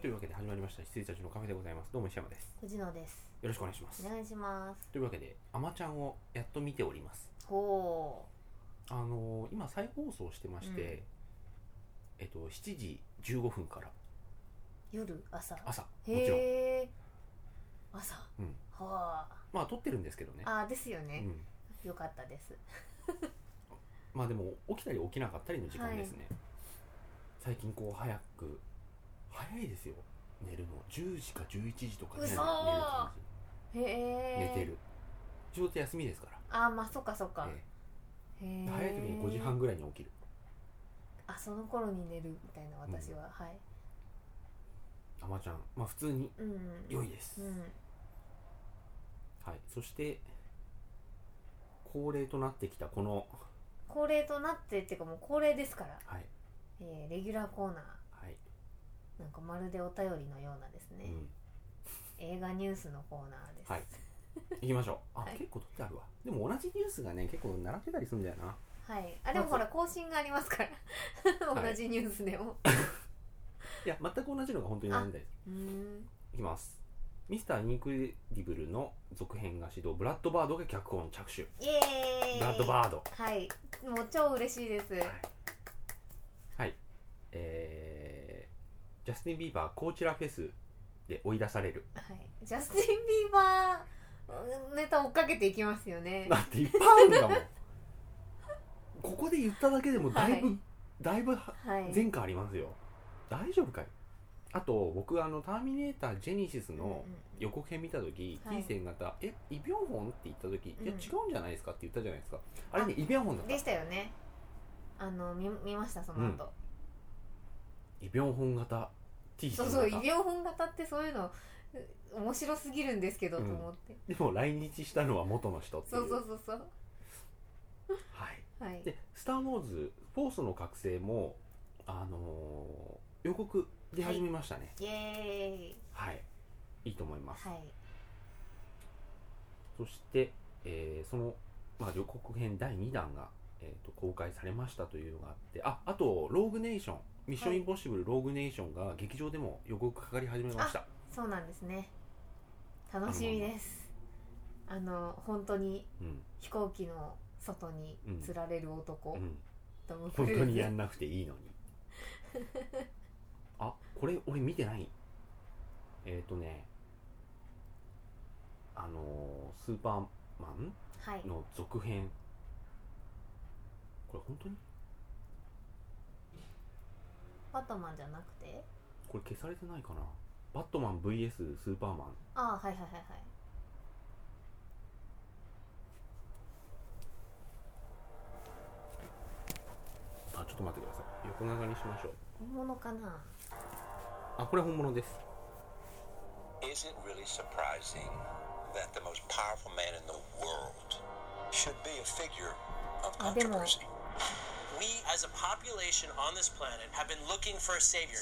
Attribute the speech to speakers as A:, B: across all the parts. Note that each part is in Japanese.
A: というわけで始まりました、羊たちのカフェでございます。どうも石山です。
B: 藤野です。
A: よろしくお願いします
B: お。願いします。
A: というわけで、あまちゃんをやっと見ております。
B: ほ
A: あのー今再放送してまして、
B: うん
A: えっと、7時15分から、
B: う。夜朝。
A: 朝、も
B: へ
A: ちろん。
B: え。朝。
A: うん
B: はあ。
A: まあ、撮ってるんですけどね。
B: あーですよ
A: う
B: ね。
A: ん。
B: よかったです。
A: まあでも、起きたり起きなかったりの時間ですね。最近こう、早く、早いですよ。寝るの。10時か11時とか寝る寝
B: 嘘
A: る感
B: へ
A: じ。寝
B: え。
A: て。る。仕事休みですから。
B: あーまあそっかそっか。
A: え
B: へえ
A: え。早い時に5時半。ぐらいに起きる。
B: あその頃に寝るみたいな私は、はい。
A: あまちゃん、まあ普通に
B: うんうん。
A: 良いです、
B: うん。
A: はい、そして恒例となってきたこの、
B: 恒例となってっていうかもう恒例ですから。
A: はい
B: えー、レギュラーコーナー。
A: はい
B: なんかまるでお便りのようなです
A: う
B: ね、
A: ん、
B: 映画ニュースのコーナーです
A: はいいきましょう あ、
B: はい
A: 結構取ってあるわでも同じニュースがね結構並んでたりするんだよな
B: はい、あでもほら更新がありますから
A: はい
B: 同じニュースでも、
A: いや全く同じのが本当に並んでたりする
B: うーん
A: いきますミスター・インクレディブルの続編が始動ブラッド・バードが脚本着手
B: イエーイ
A: ブラッド・バード
B: はいもう超嬉しいです
A: はいえー、ジャスティン・ビーバーコーチラフェスで追い出される
B: はいジャスティン・ビーバーネタ追っかけていきますよね
A: だっていっぱいあるんだもんここで言っただけでもだいぶ、
B: はい
A: だいぶ
B: はい
A: 前科ありますよ大丈夫かいあと僕あの「ターミネータージェニシス」の
B: うんうん
A: 予告編見た時
B: はい
A: 金銭型「えイ・ビョンホン?」って言った時「いや
B: うん
A: 違うんじゃないですか?」って言ったじゃないですかあれねイ・ビョンホンだった
B: で
A: イ・
B: したよねあの見見ましたその後、
A: ビョンホン型 T シ
B: そ
A: ャ
B: う
A: ツ
B: そう
A: 型
B: 医療本型ってそういうのう面白すぎるんですけど、
A: うん
B: と思って
A: でも来日したのは元の人ってい
B: そううそうそうそう
A: はい
B: はい
A: で「スター・ウォーズフォースの覚醒も」あのー予告出始めましたね
B: イエーイ
A: はい、いいと思います
B: はい
A: そして、えーその、まあ、予告編第2弾が、えー、と公開されましたというのがあってああと「ローグネーション」「ミッショ
B: は
A: ン
B: い
A: インポッシブルローグネーション」が劇場でも予告かかり始めました
B: そうなんですね楽しみですあの本当に
A: うん、
B: 飛行機の外につられる男、
A: うん、
B: トム・ク
A: 本
B: ル
A: 当
B: ー
A: にや
B: ズ
A: んなくていいの にあこれ俺見てないえっ、とねあのースーパーマン
B: はい
A: の続編これ本当に
B: バットマンじゃなくて
A: これ消されてないかなバットマン VS スーパーマン
B: ああはいはいはい
A: あちょっと待ってください横長にしましょう
B: はい本物かな
A: あこれ本物です
C: Is it really surprising that the most powerful man in the world should be a figure of
B: Ah, demo.
C: controversy?
D: We, as a population on this planet, have been looking for a savior.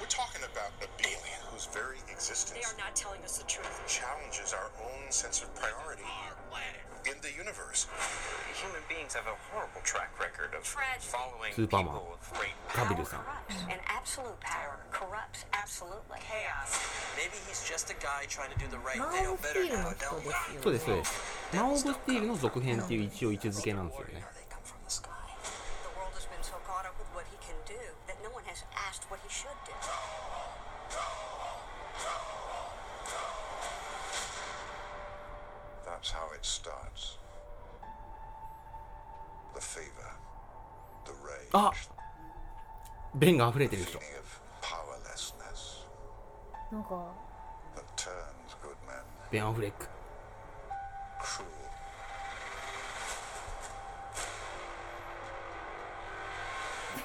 E: We're talking about an alien whose very existence
F: They are not telling us the truth.
E: challenges our own sense of priority in the universe.
G: Human beings have a horrible track record of
F: Tragic.
G: following
A: Superman.
G: people with great
A: カビルさん
F: And absolute power corrupts absolutely. Chaos.
D: Maybe he's just a guy trying to do the right
B: マン・
D: thing.
B: オブ・スティールの人ですよ
A: そうですそうです「マン・オブ・スティール」の続編っていう一応位置づけなんですよね
F: They come from the sky. The world has been so caught up with what he can do that no one has asked what he should do.
E: 'Cause That's how it starts. The fever, the rage,
A: Ah. 便が溢れてる
E: the
A: 人
E: feeling of powerlessness
B: なんか
E: that turns good men
A: ベン・アフレック
E: cruel.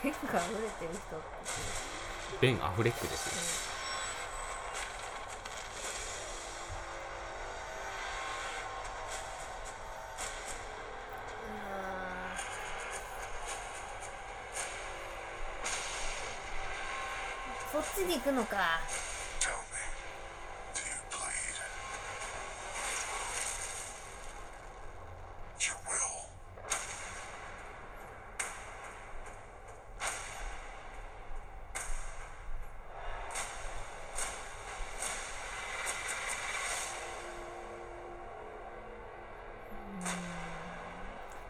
B: ペンが溢れてる人って
A: ベン・アフレックです
B: あーそっちに行くのか
E: Tell me, do you bleed? You will.
B: あ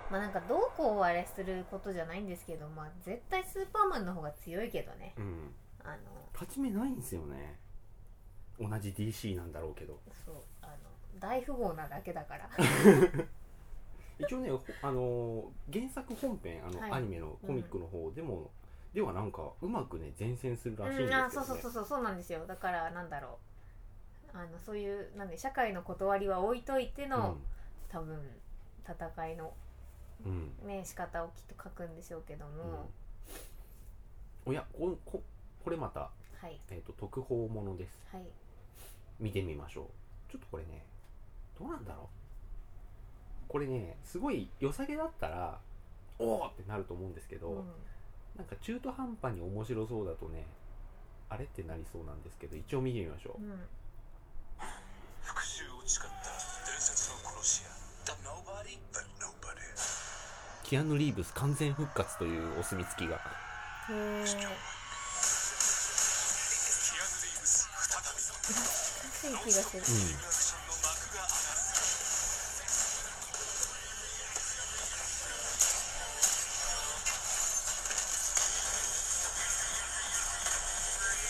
B: まあなんかどうこうあれすることじゃないんですけどまあ絶対スーパーマンの方が強いけどね
A: うん
B: あの
A: 勝ち目ないんですよね同じ DC なんだろうけど
B: そうあの大富豪なだけだから
A: 一応ねほあのー原作本編あの、
B: はい
A: アニメのコミックの方でも、ではなんかうまくね前線するらしいんです
B: うん
A: けど、ね
B: あそうそうそうそうそうなんですよだからなんだろうあのそういうなんで社会の断りは置いといての、多分戦いの
A: うん、うん
B: ね仕方をきっと書くんでしょうけども、
A: おやこここれまた、
B: はい
A: えー、と特報ものです
B: はい
A: 見てみましょうちょっとこれねどうなんだろうこれねすごい良さげだったらおおってなると思うんですけど、
B: うん
A: なんか中途半端に面白そうだとねあれってなりそうなんですけど一応見てみましょう、
B: うん
E: 復讐を誓った伝説の殺し屋 The nobody The nobody
A: キアヌ・リーブス完全復活というお墨付きが
B: へえ難しい
E: キアヌ・リーブス再
B: 気がする、
E: びリアクションの幕が上がる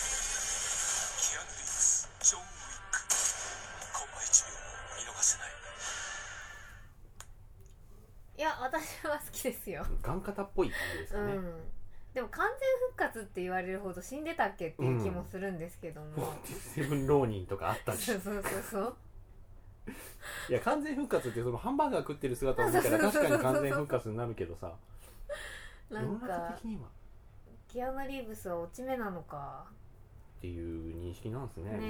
E: キアヌ・リーブスジョン・ウィックコンマ1秒も見逃せない
B: いや私は好きですよ、
A: 眼型っぽい感じです
B: う
A: かね、
B: んでも完全復活って言われるほど死んでたっけっていう気もするんですけども、
A: セブン浪人とかあったし
B: そうそうそうそう
A: いや完全復活ってそのハンバーガー食ってる姿を見たら確かに完全復活になるけどさ世
B: な
A: の
B: ん
A: 中
B: か
A: 的にはっ
B: キアヌ・リーブスは落ち目なのか
A: ていう認識なんですね
B: ね
A: もう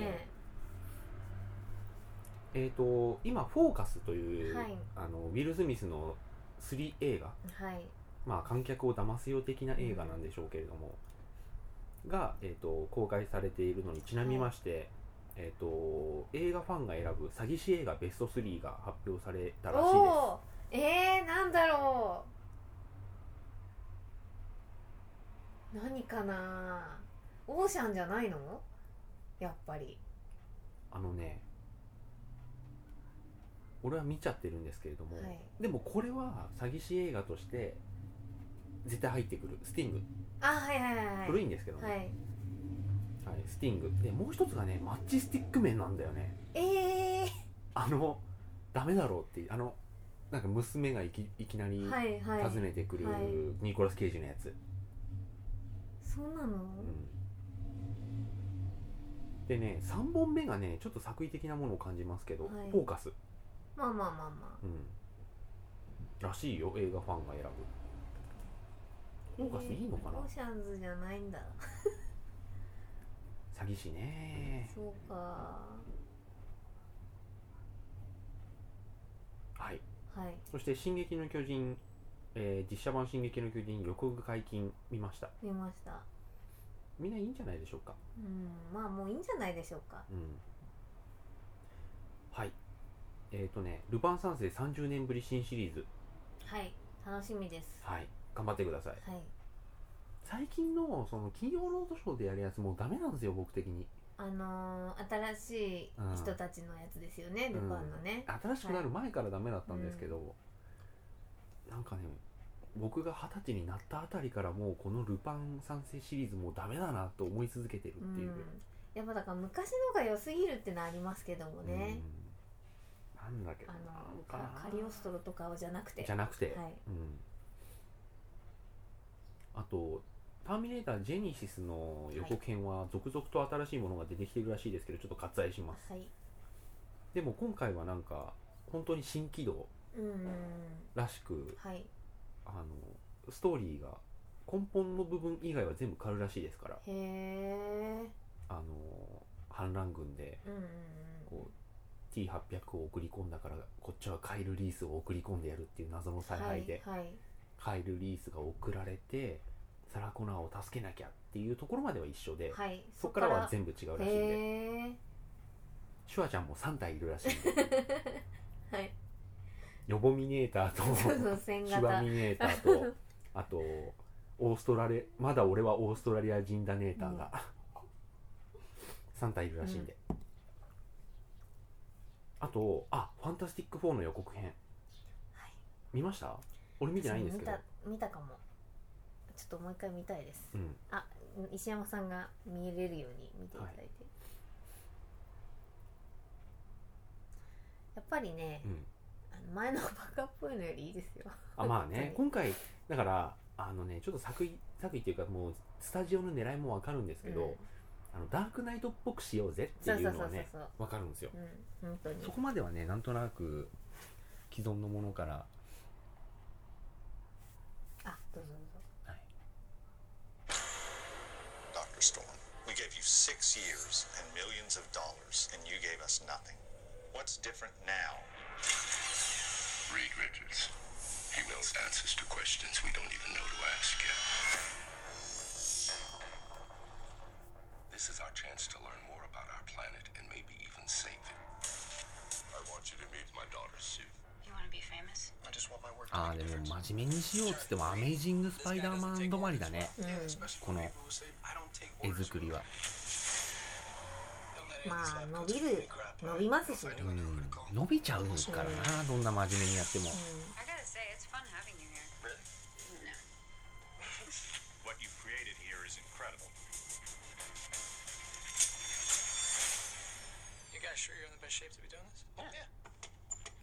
A: えー、と今「フォーカス」という、
B: はい
A: あのウィル・スミスの3映画、
B: えはい
A: まあ、観客を騙すよう的な映画なんでしょうけれども、が、えー、と公開されているのにちなみまして、えー、と映画ファンが選ぶ詐欺師映画ベスト3が発表されたらしいです
B: おおーえー、なんだろう何かなオーシャンじゃないのやっぱり
A: あのね俺は見ちゃってるんですけれども、
B: はい
A: でもこれは詐欺師映画として絶対入ってくるスティング、
B: あはいはいはいはい
A: 古いんですけどね、
B: はい
A: はい、スティングでもう一つがねマッチスティック面なんだよね
B: え
A: あのダメだろうってあのなんか娘がいきいきなり
B: ー、はいはい
A: 訪ねてくる
B: はい
A: ニコラス・ケイジのやつ、
B: そうなの
A: うんでね3本目がねちょっと作為的なものを感じますけど、
B: はい
A: フォーカス、
B: まあまあまあま
A: うん、らしいよ映画ファンが選ぶフォー
B: あ
A: カスいいのかな
B: オーシャンズじゃないんだ
A: 詐欺師ね
B: そうか
A: はい
B: はい
A: そして「進撃の巨人」えー実写版「進撃の巨人」予告解禁見ました
B: 見ました
A: みんないいんじゃないでしょうか
B: うんまあもういいんじゃないでしょうか
A: うんはいえっ、ー、とね「ルパン三世30年ぶり新シリーズ
B: はい楽しみです」
A: はい頑張ってください
B: はい
A: 最近のその金曜ロードショーでやるやつもうダメなんですよ僕的に
B: あのー新しい人たちのやつですよね、ルパンのね、
A: 新しくなる前からダメだったんですけど、なんかね僕が二十歳になったあたりからもうこの「ルパン三世」シリーズもうダメだなと思い続けてるっ
B: う
A: てい
B: ん
A: う、
B: やっぱだから昔のが良すぎるってのはありますけどもね、
A: うん、なんだっけ
B: あの
A: な
B: カカリオストロとかじゃなくて
A: じゃなくて、
B: はい
A: うん、あと「ターミネータージェニシス」の予告編は続々と新しいものが出てきてるらしいですけどちょっと割愛します
B: はい
A: でも今回はなんか本当に新起動
B: うん
A: らしく
B: はい
A: あのストーリーが根本の部分以外は全部変わるらしいですから
B: へえ
A: あの反乱軍で
B: うんうん
A: こう T800 を送り込んだからこっちはカイル・リースを送り込んでやるっていう謎の采
B: うんは
A: 配で、
B: いはい
A: カイル・リースが送られてサラコナーを助けなきゃっていうところまでは一緒で、
B: はい
A: そこからは全部違うらしいんで
B: へえ
A: シュワちゃんも3体いるらしいんで
B: はい
A: ヨボミネーター と
B: そうそう線
A: シュワ
B: 型
A: ミネーター とあとオーストラリアまだ俺はオーストラリア人だネーターが、3体いるらしいんで、あとあファンタスティック4の予告編、見ました俺見てないんですけど
B: 見た見たかもちょっともう一回見たいです、
A: うん
B: あ石山さんが見れるように見ていただいて、やっぱりね、
A: うん
B: あの前のバカっぽいのよりいいですよ
A: あまあね
B: 本当
A: 今回だからあのねちょっと作為作為っていうかもうスタジオの狙いもわかるんですけど、
B: うん
A: あのダークナイトっぽくしようぜって
B: そう
A: い
B: そうう
A: のは
B: そうそう
A: ね
B: そう
A: わかるんですよ
B: うん本当に
A: そこまではねなんとなく既存のものから
B: あどうぞどうぞ
H: Dr. Storm. We gave you six years and millions of dollars, and you gave us nothing. What's different now?
I: Reed Richards. He knows answers to questions we don't even know to ask yet. This is our chance to learn more about our planet and maybe even save it. I want you to meet my daughter, Sue.
J: You want to be famous?
H: I just want my work to
A: あー
H: make a
A: で
H: difference.
A: も真面目にしようっつってもアメイジング・スパイダーマン止まりだねこの絵作りは
B: まあ伸びる伸びますしね、
A: うん伸びちゃうからなどんな真面目にやっても
J: I gotta say, it's fun having you here. Really? No.
H: What you've created here is incredible.
E: You guys sure you're in the best shape to be doing this?
H: Yeah.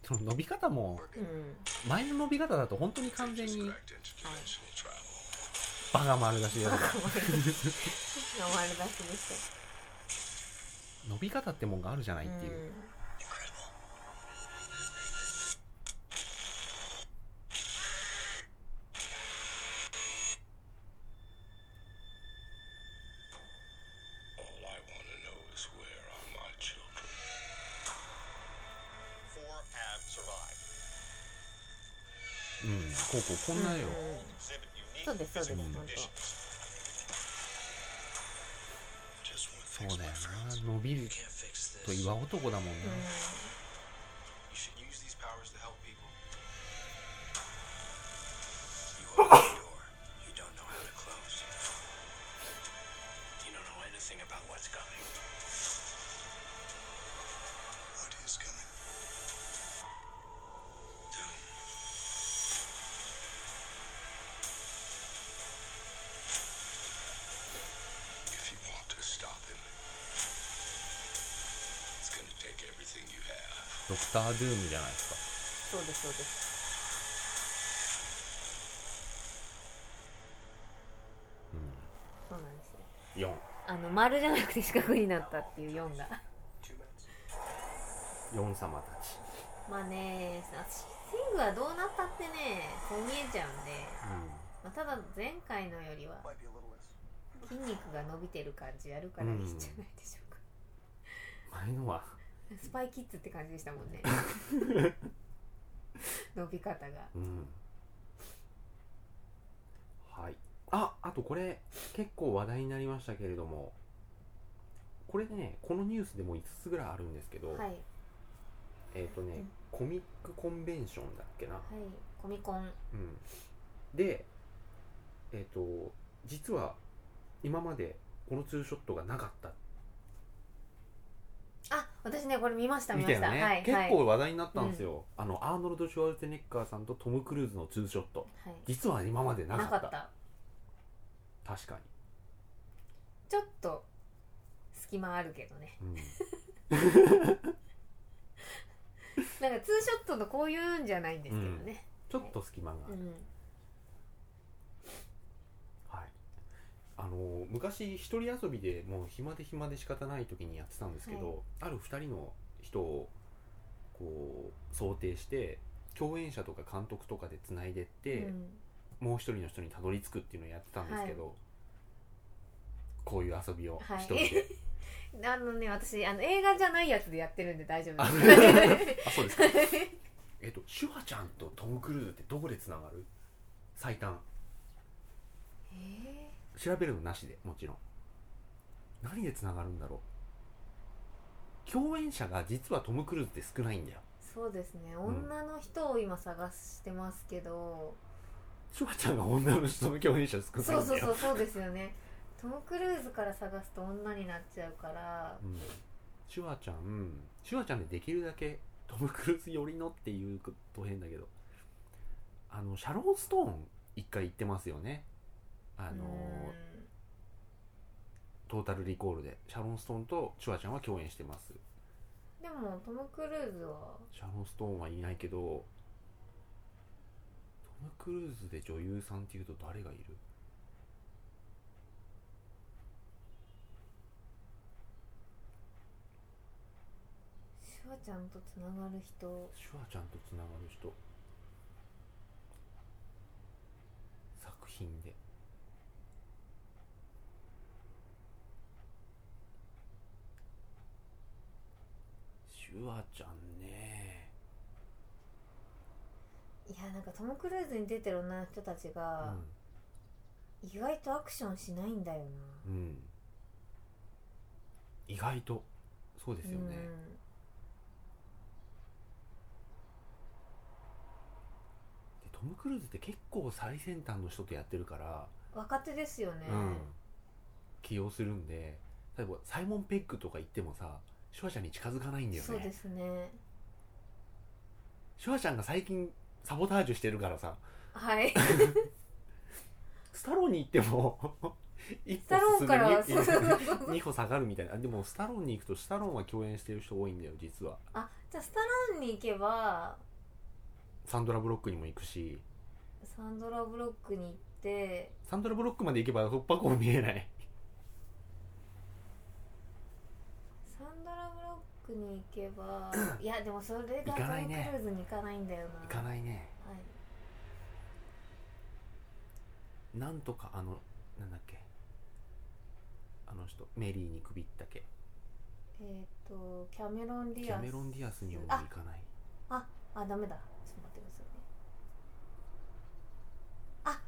A: その伸び方も
B: うん
A: 前の伸び方だと本当に完全
I: Just
A: に
I: cracked interdimensional travel.
A: バカ丸出しだから
B: ノーマル出しでし
A: 伸び方ってもんがあるじゃないったていう、
I: All I want to know is where are my children?
H: Four have survived.
A: うん、こうこうこんな絵を、
H: Exhibit unique
B: そうですそうです
H: physical
B: 本
H: conditions.
I: Just one
A: そう
I: thing,
A: だ
I: my
A: よ
I: friends.
A: な伸びる
E: You can't fix
A: と
E: this.
A: 岩男だもんな、
E: You should use these powers to help people. You open a door you don't know how to close. You don't know anything about what's coming.
I: What is coming?
E: Doom.
I: If you want to stop him, it's gonna take everything you have.
A: ドクター・ドゥームじゃないですか
B: そうですそうですそうなんですよ
A: 4
B: あの丸じゃなくて四角になったっていう4が
A: 4様たち、
B: まあねあスイングはどうなったってねそう見えちゃうんで、
A: う
B: まあ、ただ前回のよりは筋肉が伸びてる感じやるからいいんじゃないでしょうか、
A: ん、前のは
B: スパイキッズって感じでしたも んね伸び方が
A: うんはいああとこれ結構話題になりましたけれどもこれねこのニュースでも5つぐらいあるんですけど、
B: はいはい
A: えっ、とねコミックコンベンションだっけな
B: コミコン
A: うん、でえっ、と実は今までこのツーショットがなかった
B: あ私ねこれ見ました見
A: み
B: ま
A: たい
B: した
A: なね、
B: はい
A: 結
B: はい
A: 構話題になったんですよ、あのアーノルド・シュワルツェネッガーさんとトム・クルーズのツーショット
B: はい
A: 実は今までなか
B: な
A: っ
B: か
A: た
B: った
A: 確か
B: ちょっと隙間あるけどね
A: に、うん、
B: なんかツーショットのこういうんじゃないんですけどね、
A: ちょっと隙間があ
B: う
A: る、
B: ん
A: はいあのー昔一人遊びでもう暇で暇で仕方ない時にやってたんですけど、ある2人の人をこう想定して共演者とか監督とかでつないでって、
B: うん
A: もう一人の人にたどり着くっていうのをやってたんですけど、こういう遊びを
B: はい
A: 一人で、
B: あのね私あの映画じゃないやつでやってるんで大丈夫
A: あ
B: です
A: あそうですかえっとシュワちゃんとトム・クルーズってどこでつながる最短
B: え
A: 調べるのなしでもちろん何でつながるんだろう共演者が実はトム・クルーズって少ないんだよ
B: ーそうですね
A: ん
B: 女の人を今探してますけど、
A: シュワちゃんが女の人の共演者少ないんだ
B: そ
A: よ
B: うそうそうそうですよねトム・クルーズから探すと女になっちゃうから
A: うんシュワちゃんシュワちゃんでできるだけトム・クルーズ寄りのっていうと変だけどあのシャロン・ストーン一回行ってますよねあのトータルリコールでシャロン・ストーンとチュアちゃんは共演してます
B: でもトム・クルーズは
A: シャロン・ストーンはいないけどトム・クルーズで女優さんっていうと誰がいる
B: シュワちゃんとつながる人
A: シュワちゃんとつながる人作品でシュワちゃんね
B: いやなんかトム・クルーズに出てる女の人たち
A: う
B: が、意外とアクションしないんだよな、
A: ん、うん、意外とそうですよね、でトム・クルーズって結構最先端の人とやってるから、
B: うん、若手ですよね、
A: うん、起用するんで例えばサイモン・ペッグとか行ってもさシュワちゃんに近づかないんだよ
B: そうで
A: ね
B: すね
A: シュワちゃんが最近サボタージュしてるからさ
B: はい
A: スタローンに行っても 一
B: タローンから
A: 進む
B: そうそう
A: 2個下がるみたいなでもスタローンに行くとスタローンは共演してる人多いんだよ実は
B: あじゃあスタローンに行けば
A: サンドラ・ブロックにも行くし
B: サンドラ・ブロックに行って
A: サンドラ・ブロックまで行けば突破口見えない
B: サンドラ・ブロックに行け ばいやでもそれ
A: 行
B: がト
A: かない
B: ム・クル
A: ね
B: ーズに行かないんだよな
A: 行かないね
B: はい、
A: なんとかあのなんだっけあの人メリーに首ったけ
B: えっ、ー、とキャメロン・デ
A: キ
B: ィア
A: ャ
B: ス
A: メロン・ディアスにはもう行かない
B: ああダメだちょっと待ってくださいねあ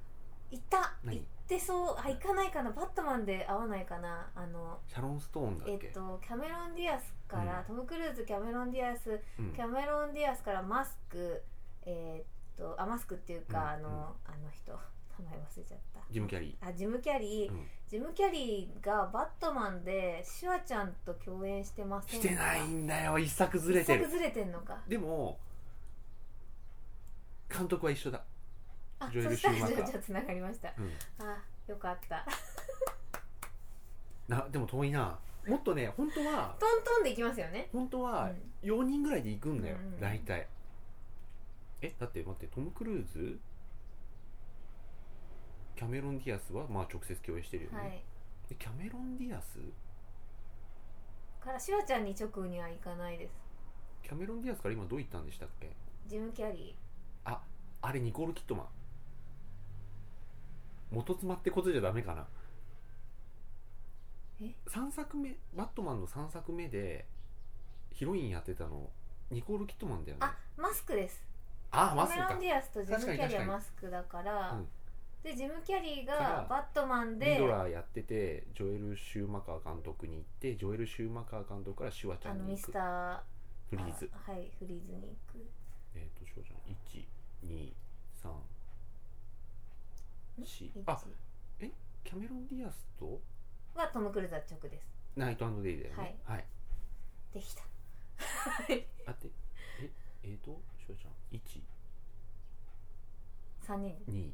B: 行った
A: 何
B: 行ってそうあ行かないかなバットマンで会わないかなあの
A: シャロン・ストーンだっ
B: えっ
A: け、
B: とキャメロン・ディアスから、
A: うん
B: トム・クルーズキャメロン・ディアス
A: うん
B: キャメロン・ディアスからマスクえっとあマスクっていう
A: う
B: か、
A: ん
B: あの
A: うん
B: あの人名前忘れちゃった
A: ジム・キャリ
B: あジム・キャリー、
A: うん
B: ジム・キャリーがバットマンでシュワちゃんと共演してま
A: ー
B: せん
A: し
B: か
A: てないんだよ一作ずれて
B: 一
A: る
B: 作ずれてんのか
A: でも監督は一緒だ
B: あ
A: ジョエル
B: そしたら
A: シューマ
B: じ
A: ーカ
B: ゃ
A: ー
B: あじゃあつながりました
A: うん
B: あよかった
A: なでも遠いなもっとね本当は
B: トントンでいきますよね
A: 本当は4人ぐらいで行くんだよ、
B: うんうん
A: 大体えだって待ってトム・クルーズキャメロン・ディアスはまあ直接共演してるよね、
B: はい
A: でキャメロン・ディアス
B: からシュワちゃんに直には行かないです
A: キャメロン・ディアスから今どう言ったんでしたっけ
B: ジム・キャリ
A: あれニコール・キットマン元妻ってことじゃダメかな
B: え
A: 3作目バットマンの3作目でヒロインやってたのニコール・キットマンだよ
B: ー
A: ね
B: あマスクです
A: ああマ
B: カ
A: ス
B: メ
A: ク
B: ロ
A: か
B: ン・ディアスとジム・キャ
A: 確
B: リー
A: か
B: は
A: に
B: マスクだから、
A: うん
B: でジム・キャリー
A: から
B: がバットマン
A: リ
B: で
A: ドラーやっててジョエル・シューマカー監督に行ってジョエル・シューマカー監督からシュワち
B: あ
A: ゃん
B: の
A: に
B: ミ
A: 行
B: ス
A: く
B: ターあ
A: フリーズ
B: はいフリーズに行く
A: えっ、とシュワちゃん1234
B: 一
A: あキャメロン・ディアスと
B: はトム・クルーズは直です
A: ナイトデイだよねはい、
B: できた
A: あってええー、とシュワちゃ
B: 3人
A: ん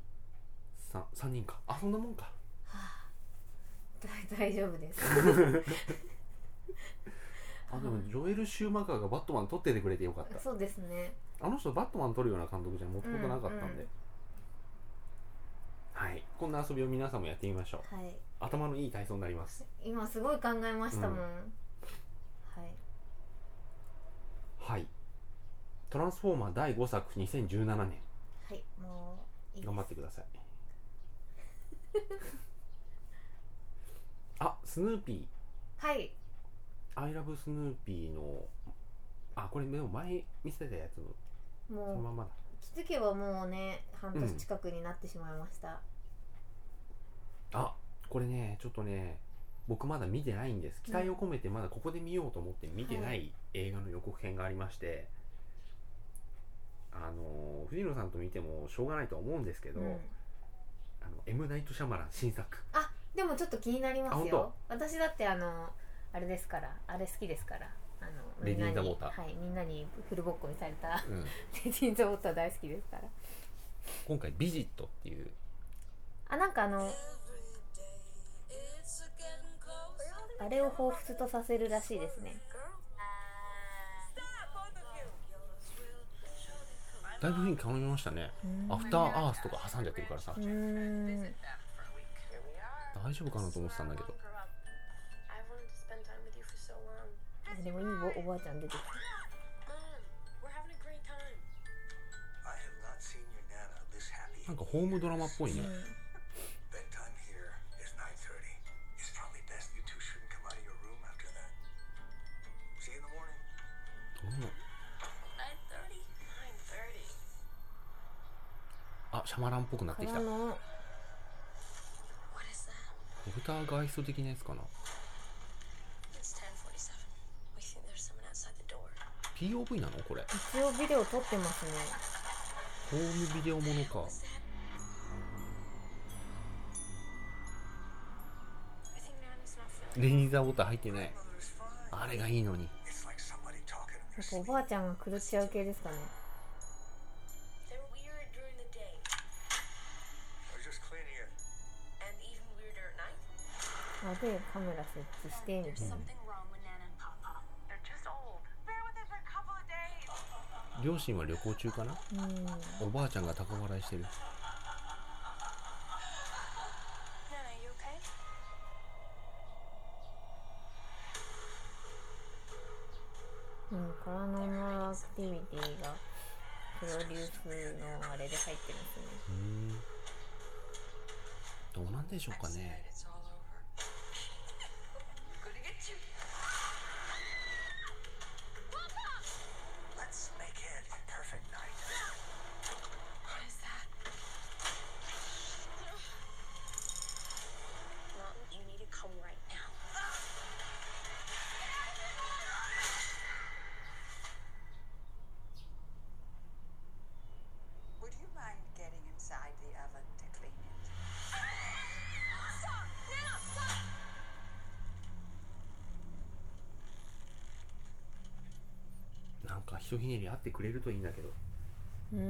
A: 1233人かあそんなもんか
B: 大大丈夫です
A: あでもジョエル・シューマカーがバットマン撮っててくれてよかった
B: そうですね
A: あの人バットマン撮るような監督じゃもともとなかったんで、
B: うんうん
A: はいこんな遊びを皆さんもやってみましょう
B: はい
A: 頭のいい体操になります
B: 今すごい考えましたもん、
A: うん
B: はい
A: はい「トランスフォーマー第5作2017年
B: はいもういい」です
A: 頑張ってください あスヌーピ
B: はい
A: ー「アイラブスヌーピーの」あこれでも前見せたやつのその
B: も
A: まんまだ
B: う気づけばもうね半年近くになってしまいました、
A: あこれねちょっとね僕まだ見てないんです期待を込めてまだここで見ようと思って見てな
B: はい
A: 映画の予告編がありまして、あのー藤野さんと見てもしょうがないとは思うんですけど、
B: うん
A: あの M ナイトシャマラン新作
B: でもちょっと気になりま
A: あ
B: す
A: 本
B: よ私だってあのあれですからあれ好きですからあの
A: レ
B: み
A: ディーイ
B: んな
A: ンザウォー
B: に
A: ター
B: はいみんなにフルボッコにされた
A: うん
B: レディー・インザ・ウォーター大好きですから
K: 今回「ビジット」っていう
B: あなんかあのあれを彷彿とさせるらしいですね
A: だいぶ雰囲気変わりましたね
B: うん
A: アフターアースとか挟んじゃってるからさ
B: うーん
A: 大丈夫かなと思ってたんだけど
L: I wanted to spend time with you for so long.
B: でもいいおおばあちゃん出てきた
L: Mom, we're having a great time.
E: I have not seen your Nana this happy.
A: なんかホームドラマっぽいね
E: Bedtime here is 9.30. It's probably best you two shouldn't come out of your room after that. See you in the morning.
A: どんな
L: 9.30? 9.30.
A: あシャマランっぽくなってきた
L: から
A: オ
B: の
L: What is that?
A: ルターガイスト的なやつかな
L: It's 10.47. We think there's someone outside the door.
A: POV なのこれ
B: 一応ビデオ撮ってますね
A: ホームビデオものか
L: I think Nanny's not feeling
A: レニーザウォーター入ってないあれがいいのに
B: やっぱおばあちゃんが狂っちゃう系ですかね
L: They're weird during the day.
E: I was just cleaning it.
L: And even weirder at night.
B: あでカメラ設置してみたいな
L: Something wrong with Nana and Papa. They're just old. Bear with them for a couple of days.
A: 両親は旅行中かな
B: うん
A: おばあちゃんが高笑いしてる
L: Nana, you okay?
B: うん、カラノーマルアクティビティがプロデュースのあれで入ってるんですね。
A: うーんどうなんでしょうかね
L: I'm gonna get you.
E: Let's make it a perfect night.
L: What is that? Mom, you need to come right now.
M: Would you mind getting inside the oven to clean it?
L: Stop! Nana, stop!
A: なんかひとひねりあってくれるといいんだけど
B: う
A: ひとひ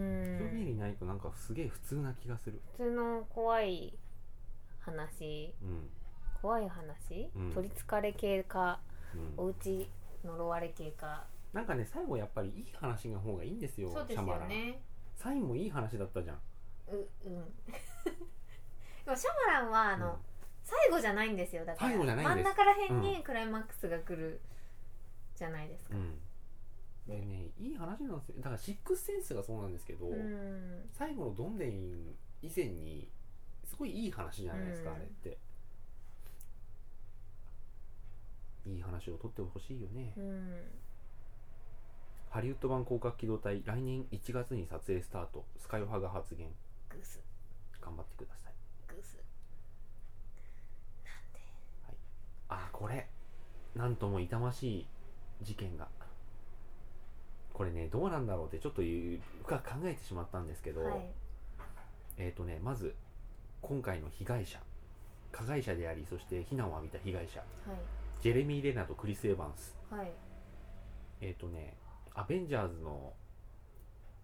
A: ね
B: ん。
A: りないとなんかすげえ普通な気がする
B: 普通の怖い話、
A: うん
B: 怖い話、
A: うん
B: 取りつかれ系か、
A: うん
B: おうち呪われ系か。
A: なんかね最後やっぱりいい話の方がいいんですよ
B: そうです
A: シャマ
B: よ
A: ラン
B: ね。
A: サインもいい話だったじゃん
B: う、うん。 でもシャマランはあの、最後じゃないんですよ。だから
A: 最後じゃないんです
B: 真ん中ら辺
A: う
B: に
A: ん
B: クライマックスが来るじゃないですか。
A: うんでねいい話なんですよだからシックスセンスがそうなんですけど、
B: うん。
A: 最後のドンデイン以前にすごいいい話じゃないですか、
B: うん
A: あれっていい話をとってほしいよね、
B: うん。
A: ハリウッド版広角機動隊来年1月に撮影スタートスカヨハが発言
B: グス
A: 頑張ってください
B: グス。
A: あーこれなんとも痛ましい事件がこれねどうなんだろうってちょっという深く考えてしまったんですけど、
B: はい。
A: えっ、とねまず今回の被害者加害者でありそして非難を浴びた被害者ジェレミー・レナとクリス・エヴァンス
B: はい。はい。
A: えっ、とねアベンジャーズの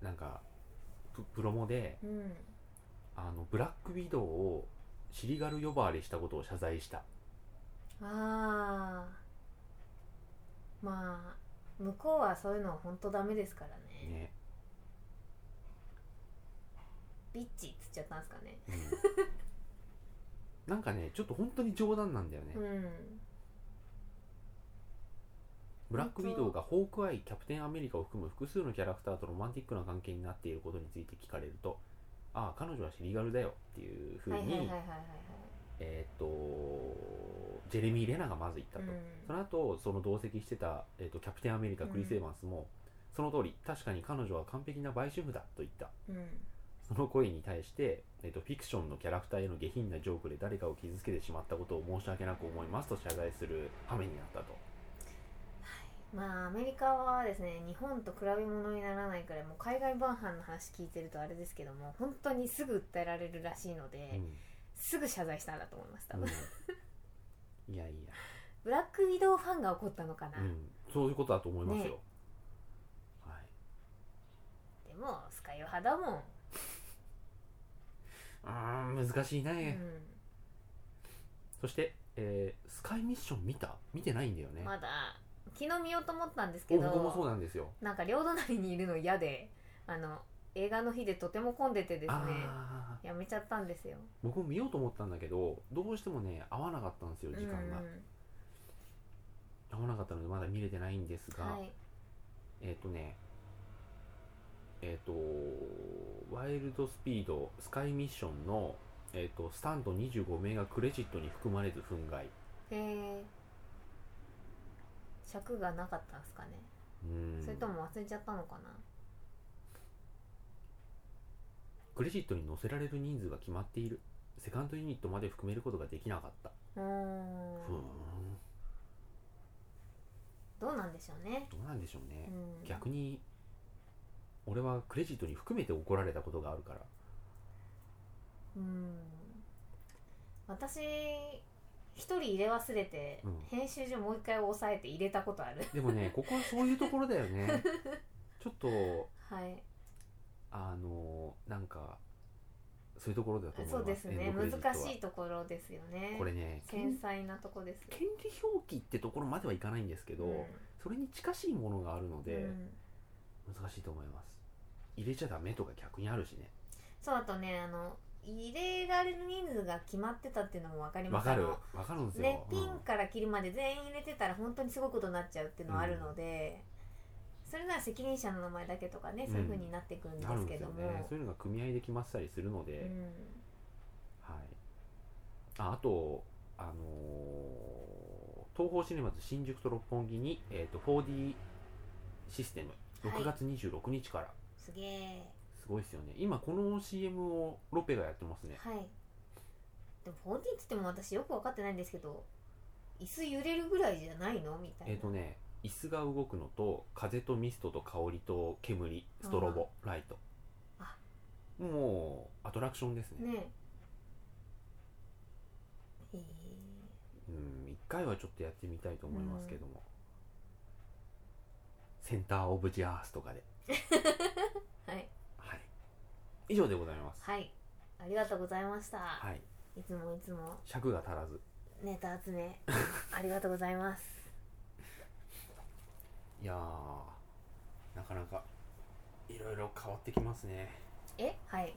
A: なんかププロモで
B: うん。
A: あのブラックウィドウをシリガル呼ばわりしたことを謝罪した
B: ああまあ向こうはそういうのは本当ダメですからね
A: ね
B: ビッチっつっちゃったんですかね
A: なんかねちょっと本当に冗談なんだよね、
B: うん
A: ブラックウィドウがホークアイキャプテンアメリカを含む複数のキャラクターとロマンティックな関係になっていることについて聞かれるとああ彼女はシリガルだよっていうふう
B: はいはいはいはい
A: に
B: はいはい
A: えーっとジェレミー・レナがまず言ったと、
B: うん
A: その後その同席してた、えーっとキャプテンアメリカクリス・エヴァンスも、その通り確かに彼女は完璧な売春婦だと言った
B: うん
A: その声に対して、えー、とフィクションのキャラクターへの下品なジョークで誰かを傷つけてしまったことを申し訳なく思いますと謝罪する羽目になったと
B: まあアメリカはですね日本と比べ物にならないくらいもう海外版犯の話聞いてるとあれですけども本当にすぐ訴えられるらしいので、
A: うん
B: すぐ謝罪したんだと思います多分、
A: いやい や、
B: ブラックウィドウファンが怒ったのかな、
A: うん、そういうことだと思いますよ、
B: ね
A: はい
B: でもスカイオハだもん
A: あー難しいね、
B: う
A: そして、えースカイミッション見た見てないんだよね
B: ん、まだ昨日見ようと思ったんですけ
A: お
B: ど
A: 僕もそうなんですよ
B: なんか両隣にいるの嫌であの映画の日でとても混んでてですね
A: あ
B: やめちゃったんですよ
A: 僕も見ようと思ったんだけどどうしてもね合わなかったんですよ時間が、
B: うんうん
A: 合わなかったのでまだ見れてないんですが、
B: はい
A: えっ、とねえっ、とワイルドスピードスカイミッションの、えー、とスタント25名がクレジットに含まれず憤慨
B: へえ尺がなかったんですかね、
A: うん
B: それとも忘れちゃったのかな
A: クレジットに載せられる人数が決まっているセカンドユニットまで含めることができなかった
B: うーん
A: ふーん
B: どうなんでしょうね
A: どうなんでしょうね、
B: うん
A: 逆に俺はクレジットに含めて怒られたことがあるから
B: うん私一人入れ忘れて、
A: うん
B: 編集所もう一回押さえて入れたことある
A: でもね、ここはそういうところだよね。ちょっと、
B: はい
A: あのなんか、そういうところだと思いま
B: そ
A: す。
B: うです
A: エ
B: ね
A: ンドクレジットは
B: 難しいところですよね
A: これね、
B: 繊
A: 権
B: 細なとこです
A: 権利表記ってところまではいかないんですけど、
B: うん
A: それに近しいものがあるので、
B: うん
A: 難しいと思います。入れちゃダメとか逆にあるしね。
B: そうあとねあの入れられる人数が決まってたっていうのも分かりま
A: わ
B: す
A: か
B: あ
A: る
B: の、
A: わかるんですよ。
B: ね、
A: うん
B: ピンから切りまで全員入れてたら本当にすごいことになっちゃうっていうのはあるので、それなら責任者の名前だけとかね、そういうふうになってくるんで
A: なる
B: す
A: んで
B: け
A: す
B: ど
A: よ
B: も、
A: ね。そういうのが組合で決まってたりするので、はい。ああと、あのー東宝シネマズ新宿と六本木に、えー、と 4D システム、
B: はい
A: 6月26日から、
B: すげえ
A: すごいですよね。今、この CM をロペがやってますね。
B: はいでも 4D って言っても私よく分かってないんですけど椅子揺れるぐらいじゃないのみたいな、
A: えっ、とね、椅子が動くのと、風とミストと香りと煙、ストロボ、ライト。
B: あ
A: もう、アトラクションですね。
B: ねええ
A: うん、一回はちょっとやってみたいと思いますけども。センターオブジアースとかで。
B: ーはい
A: はい。以上でございます。
B: はいありがとうございました、
A: はい。
B: い、つもいつも
A: 尺が足らず。
B: ネタ集めありがとうございます
A: いやー、なかなか、いろいろ変わってきますね。
B: えはい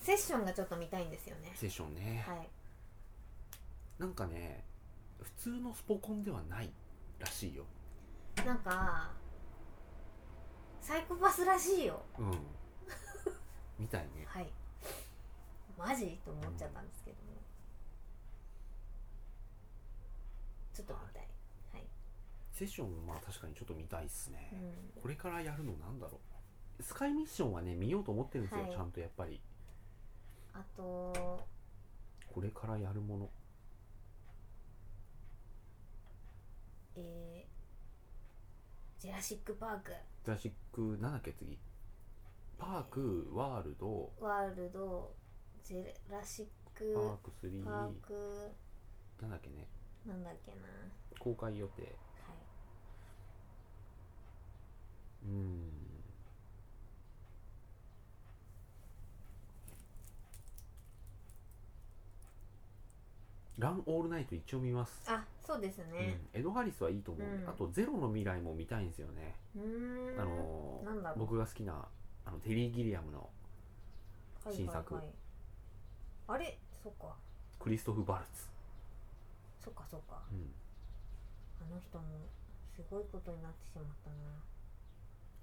B: セッションがちょっと見たいんですよね
A: セッションね。
B: はい
A: なんかね、普通のスポコンではないらしいよ。
B: なんかサイコパスらしいよ
A: うん。 みたいね。
B: はいマジと思っちゃったんですけども、ちょっと見たいはい
A: セッションもまあ確かにちょっと見たいっすね。
B: うん
A: これからやるのなんだろう。スカイミッションはね、見ようと思ってるんですよ、
B: はい
A: ちゃんとやっぱり。
B: あと
A: これからやるもの。
B: えー、ジェラシック・パーク
A: ジュラシック、なんだっけ、次。パーク、ワールド、
B: ワールドジェラシック
A: パーク3、
B: パーク
A: なんだっけね、
B: なんだっけな
A: 公開予定。
B: は
A: うーん。ランオールナイト一応見ます。
B: いあそうですね
A: うん、エド・ハリスはいいと思う、ね
B: うん
A: あと「ゼロの未来」も見たいんですよね、
B: うーん
A: あのー
B: なんだろう
A: 僕が好きなあのテリー・ギリアムの
B: はい
A: 新作
B: はいはいあれそっか
A: クリストフ・バルツ、
B: そっかそっか
A: うん、
B: あの人もすごいことになってしまったな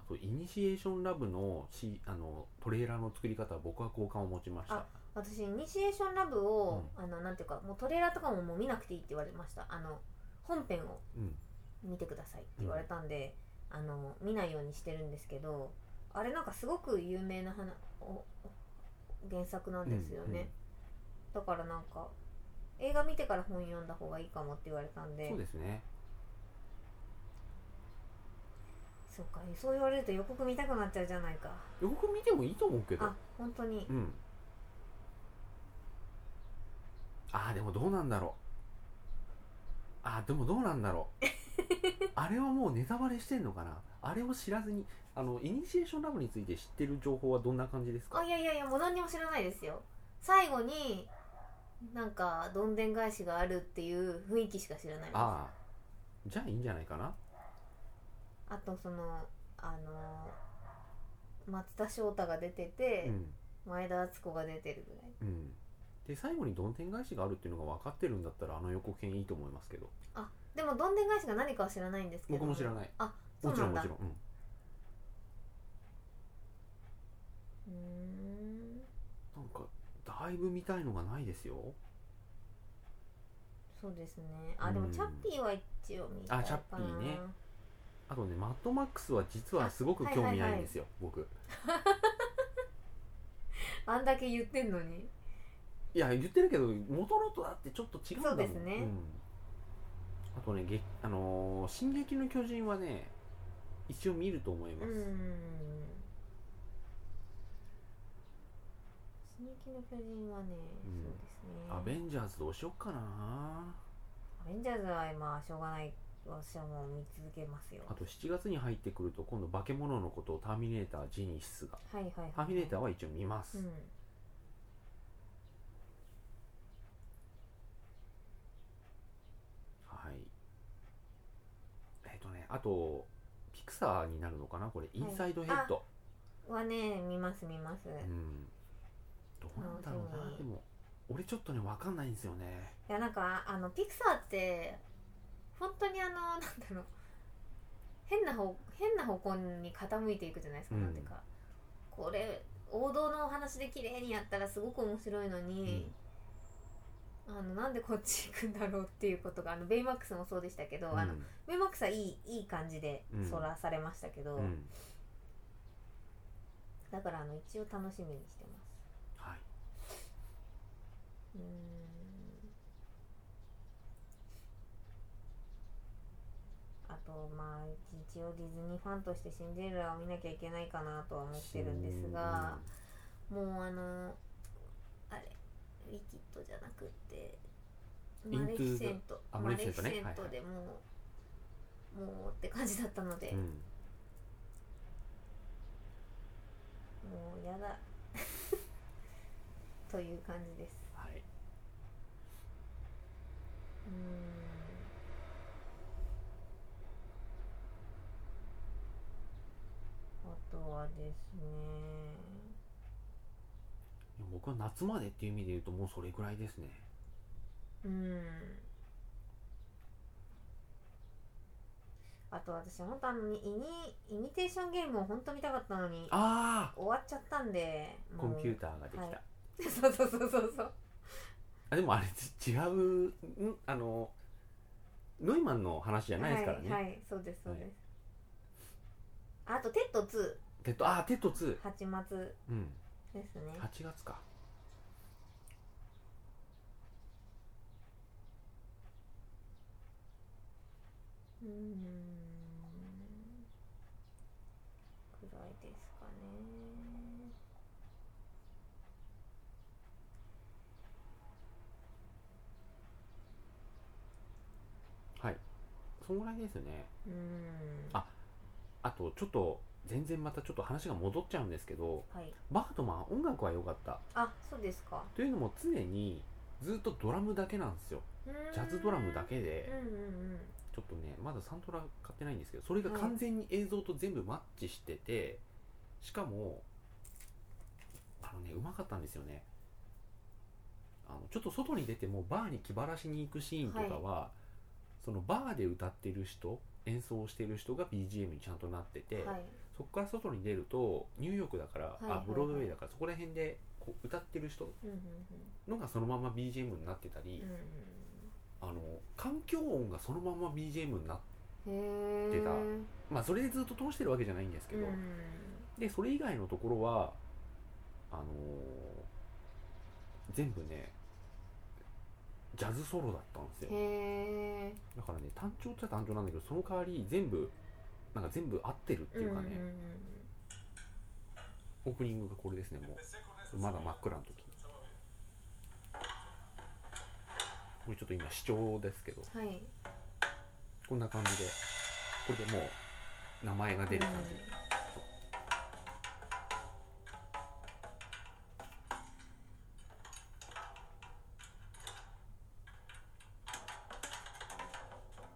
A: あと「イニシエーション・ラブのし」あのトレーラーの作り方は僕は好感を持ちました
B: あ私イニシエーションラブを、あのなんていうかもうトレーラーとかももう見なくていいって言われましたあの本編を
A: うん
B: 見てくださいって言われたんで、あの見ないようにしてるんですけどあれなんかすごく有名な花おお原作なんですよね、だからなんか映画見てから本読んだ方がいいかもって言われたんで
A: そうですね
B: そうかそう言われると予告見たくなっちゃうじゃないか
A: よく見てもいいと思うけど
B: あ本当に
A: うんあーでもどうなんだろ うあーでもどうなんだろうあれはもうネタバレしてんのかなあれを知らずにあのイニシエーションラボについて知ってる情報はどんな感じですか
B: あいやいやいやもう何にも知らないですよ最後になんかどんでん返しがあるっていう雰囲気しか知らないですあ
A: ああじゃあいいんじゃないかな
B: とそのあの松田翔太が出てて、
A: うん
B: 前田敦子が出てるぐらい
A: うんで最後にどんでん返しがあるっていうのが分かってるんだったらあの予告編いいと思いますけど
B: あでもどんでん返しが何かは知らないんですけど
A: 僕も知らない
B: あそ
A: も
B: う
A: ち
B: な
A: ろん
B: ん
A: も
B: だ
A: ちろん、うん、
B: うーん
A: なんかだいぶ見たいのがないですよ
B: そうですねあでも
A: うん
B: チャッピーは一応見たいかな
A: あチャッピーねあとねマッドマックスは実はすごく
B: あはい
A: 興
B: はい
A: 味
B: はい
A: ないんですよ、僕
B: あんだけ言ってんのに
A: いや言ってるけど元のとだってちょっと違うんだもん
B: そうですね
A: んあとねげあのー進撃の巨人」はね一応見ると思いうま
B: ー
A: す、
B: ん「進撃の巨人」はね、
A: うん
B: そうですね
A: アベンジャーズどうしよっかな
B: アベンジャーズはまあしょうがない私はもう見続けますよ
A: あと7月に入ってくると今度化け物のことをターミネータージニシスが
B: はいはいはい
A: ターミネーターは一応見ます、
B: うん
A: はいえっ、とねあとピクサーになるのかなこれインサイドヘッド、
B: はね見ます見ます、
A: う
B: い
A: んどうなんだろう
B: 楽
A: な
B: しみ
A: でも俺ちょっとね分かんないんですよね
B: やなんかあのピクサーって本当にあのなんだろう変な方変な方向に傾いていくじゃないですか、
A: うん
B: なんていうかこれ王道のお話で綺麗にやったらすごく面白いのに、あのなんでこっち行くんだろうっていうことがあのベイマックスもそうでしたけど、あの
A: うん
B: ベイマックスはいいいい感じで
A: うん
B: そらされましたけど、
A: うん
B: だからあの一応楽しみにしてます
A: はいう
B: ーんあとまあ一応ディズニーファンとしてシンデレラを見なきゃいけないかなとは思ってるんですがもうあのあれウィキッドじゃなくって
A: イ
B: マ
A: ン
B: レ
A: ト
B: フ
A: ゥ
B: ィ
A: ーザ
B: セント
A: あマ
B: マ
A: レフ
B: レフ
A: ィ
B: ィ
A: セ
B: セ
A: ントね
B: ントでもう、もうって感じだったので、
A: うん
B: もうやだ という感じです
A: はい、
B: うーんあとはですね
A: 僕は夏までっていう意味で言うともうそれぐらいですね
B: うんあと私本当あのイニイミテーションゲームを本当見たかったのに
A: あ
B: 終わっちゃったんで
A: あ
B: も
A: コ
B: う
A: ンピューターができた、
B: はい そうそうそうそうそう
A: あでもあれち違うんあのノイマンの話じゃないですからね、
B: はい、はい、そうですそうです、あとテッド2
A: テッドああテッド2、
B: 八月
A: うん、
B: ですね
A: 8月か
B: うーんくらいですかね
A: はいそんぐらいですね
B: うーん
A: ああとちょっと全然またちょっと話が戻っちゃうんですけど
B: はい
A: バートマン音楽は良かった
B: あそうですか
A: というのも常にずっとドラムだけなんですよ
B: ジ
A: ジャズドラムだけで
B: うんうんうん
A: ちょっとねまだサントラ買ってないんですけどそれが完全に映像と全部マッチしてて、しかもあのねうまかったんですよねあのちょっと外に出てもバーに気晴らしに行くシーンとかは、そのバーで歌ってる人演奏してる人が BGM にちゃんとなってて、
B: はい
A: そこから外に出るとニューヨークだから、
B: いはいは
A: あ
B: い
A: ブロードウェイだからそこら辺でこう歌ってる人
B: うんうん
A: のがそのまま BGM になってた
B: うん
A: り、
B: う
A: あの環境音がそのまま BGM になって
B: んうん
A: 出た
B: へ
A: まあそれでずっと通してるわけじゃないんですけ
B: えう
A: ど、
B: ん
A: でそれ以外のところはあのー全部ねジャズソロだったんですよ
B: へえ
A: だからね単調っちゃ単調なんだけどその代わり全部なんか全部合ってるっていうかね、オープニングがこれですねもうそれまだ真っ暗の時にこれちょっと今視聴ですけど
B: はい
A: こんな感じでこれでもう名前が出る感じ、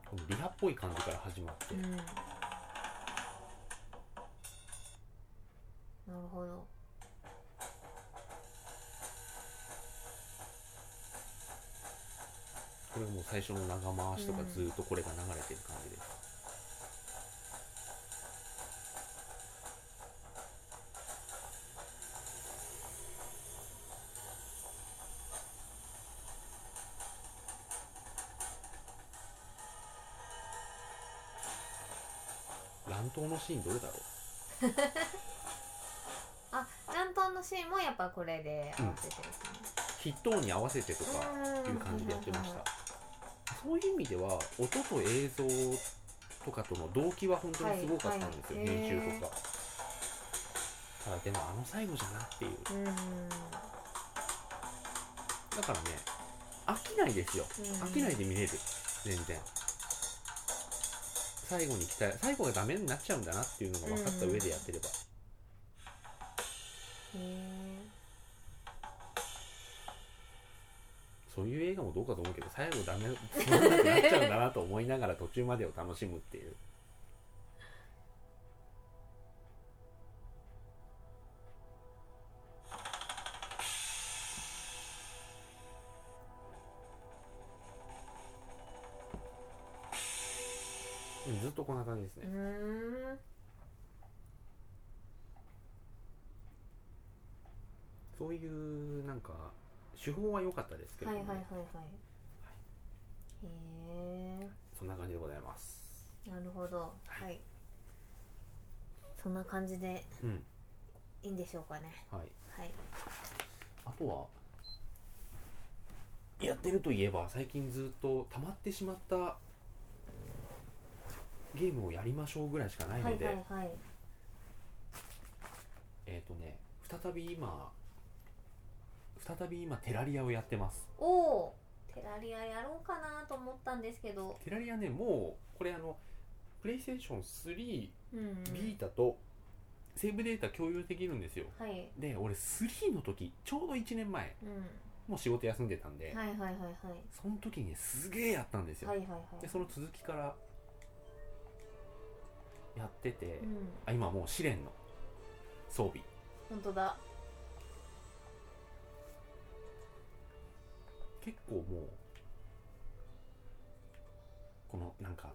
A: このリハっぽい感じから始まって、
B: うんなるほど
A: これもう最初の長回しとか
B: うん
A: ずっとこれが流れてる感じです、乱闘のシーンどれだろう
B: あ乱闘のシーンもやっぱこれで合わせてる
A: 筆頭に合わせてとかっていう感じでやってましたそういう意味では音と映像とかとの動機は本当にすごかったんですよ、
B: はいはい
A: 編
B: へ
A: 集
B: ー
A: とかただでもあの最後じゃなっていう
B: うんうん
A: だからね飽きないですよ、
B: うん
A: 飽きないで見れる全然最後に来た最後がダメになっちゃうんだなっていうのが分かった上でやってれば、
B: へえ
A: そういう映画もどうかと思うけど最後ダメつまんなくなっちゃうんだなと思いながら途中までを楽しむっていううんずっとこんな感じですね
B: うーん
A: そういうなんか手法は良かったですけど
B: はい
A: ね、
B: はいはいはいへ
A: そんな感じでございます
B: えなるほどはいそんな感じで
A: うん
B: いいんでしょうかね
A: はい
B: はい
A: あとはやってるといえば最近ずっと溜まってしまったゲームをやりましょうぐらいしかない
B: はい
A: ので、
B: はいはい
A: えっ、とね再び今再び今テラリアをやってます
B: おおーテラリアやろうかなと思ったんですけど
A: テラリアねもうこれあのプレイステーション3
B: うんうん
A: ビータとセーブデータ共有できるんですよ
B: はい
A: で俺3の時ちょうど1年前
B: うん
A: もう仕事休んでたんで、
B: はいはいはいはい
A: その時にすげえやったんですよ、
B: はいはいは
A: で
B: い
A: その続きからやってて、
B: うん
A: あ今もう試練の装備
B: 本当だ
A: 結構もうこのなんか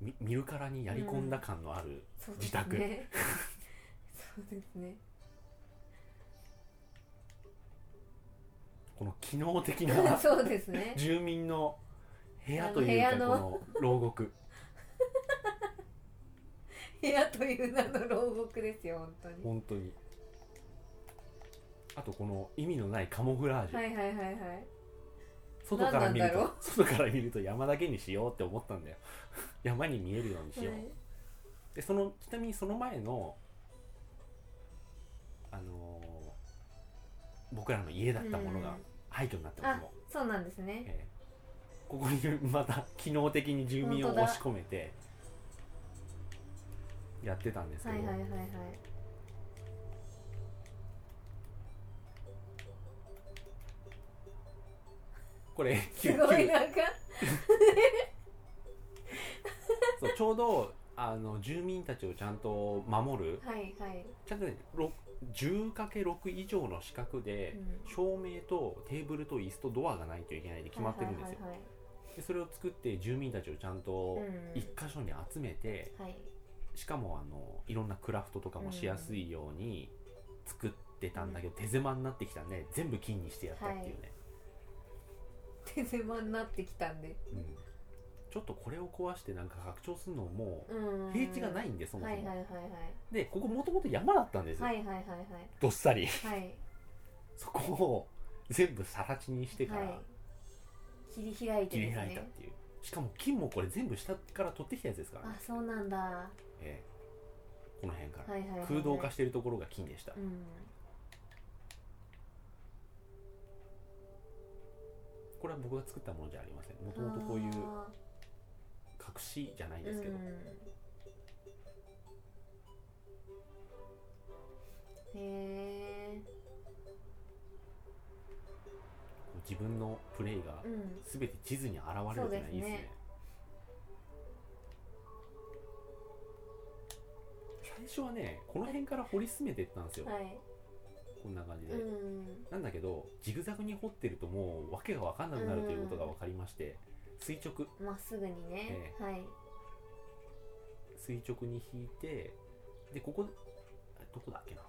A: み見るからにやり込んだ感のある
B: そうで
A: 自
B: す
A: 宅、
B: ね そうですね
A: この機能的な
B: そうですね
A: 住民の部屋というか
B: あ
A: こ
B: の部屋の
A: の牢獄
B: 部屋という名の牢獄ですよ本当 に
A: 本当にあとこの意味のないカモフラージュ、
B: はいはいはいはい
A: 外から見る
B: 何なんだろ
A: と
B: う
A: 外から見ると山だけにしようって思ったんだよ山に見えるようにしよう、
B: はい
A: でそのちなみにその前のあのー僕らの家だったもの
B: うん
A: が廃墟になってます
B: あ
A: もん、
B: そうなんですね
A: えーここにまた機能的に住民を
B: 本当だ
A: 押し込めてやってたんですけ
B: はい
A: ど、
B: はいはいはい
A: これ
B: すごい
A: 9
B: なんか
A: そうちょうどあの住民たちをちゃんと守る、
B: はいはい
A: ちゃんとね 10×6 以上の四角で、照明とテーブルと椅子とドアがないといけないで決まってるんですよ、
B: はいはい
A: でそれを作って住民たちをちゃんと
B: うん
A: 一箇所に集めて、
B: はいはい
A: しかもあのいろんなクラフトとかもしやすいように作ってたんだけど、手狭になってきたんで全部金にしてやったっていうね、
B: 手狭になってきたんで
A: うん、ちょっとこれを壊してなんか拡張するのも
B: うん
A: 平地がないんでそもそも、
B: はいはいはい
A: でここもともと山だったんですよ、
B: はいはいはいはい
A: どっさり
B: はいはい
A: そこを全部さら地にしてから、
B: はい切り開いて
A: 切
B: で
A: り
B: す
A: 開いたっ
B: ね
A: ていう、しかも金もこれ全部下から取ってきたやつですから
B: あ
A: ね、
B: そうなんだ
A: ええこの辺から、
B: はいはいはいはい
A: 空洞化してるところが金でした、
B: うん
A: これは僕が作ったものじゃありませんもともとこういう
B: あ
A: 隠しじゃない
B: ー
A: ですけど、
B: うんへえ
A: 自分のプレイが
B: うん
A: 全て地図に現れるってのはいいです
B: そうです
A: ね
B: ね,、
A: 最初はねこの辺から掘り進めていったんですよ、
B: はい
A: こんな感じで、
B: うん
A: なんだけどジグザグに掘ってるともう訳が分かんなくなるということが分かりまして、垂直
B: まっすぐにね、
A: ええ
B: はい
A: 垂直に引いてでここあどこだっけなこ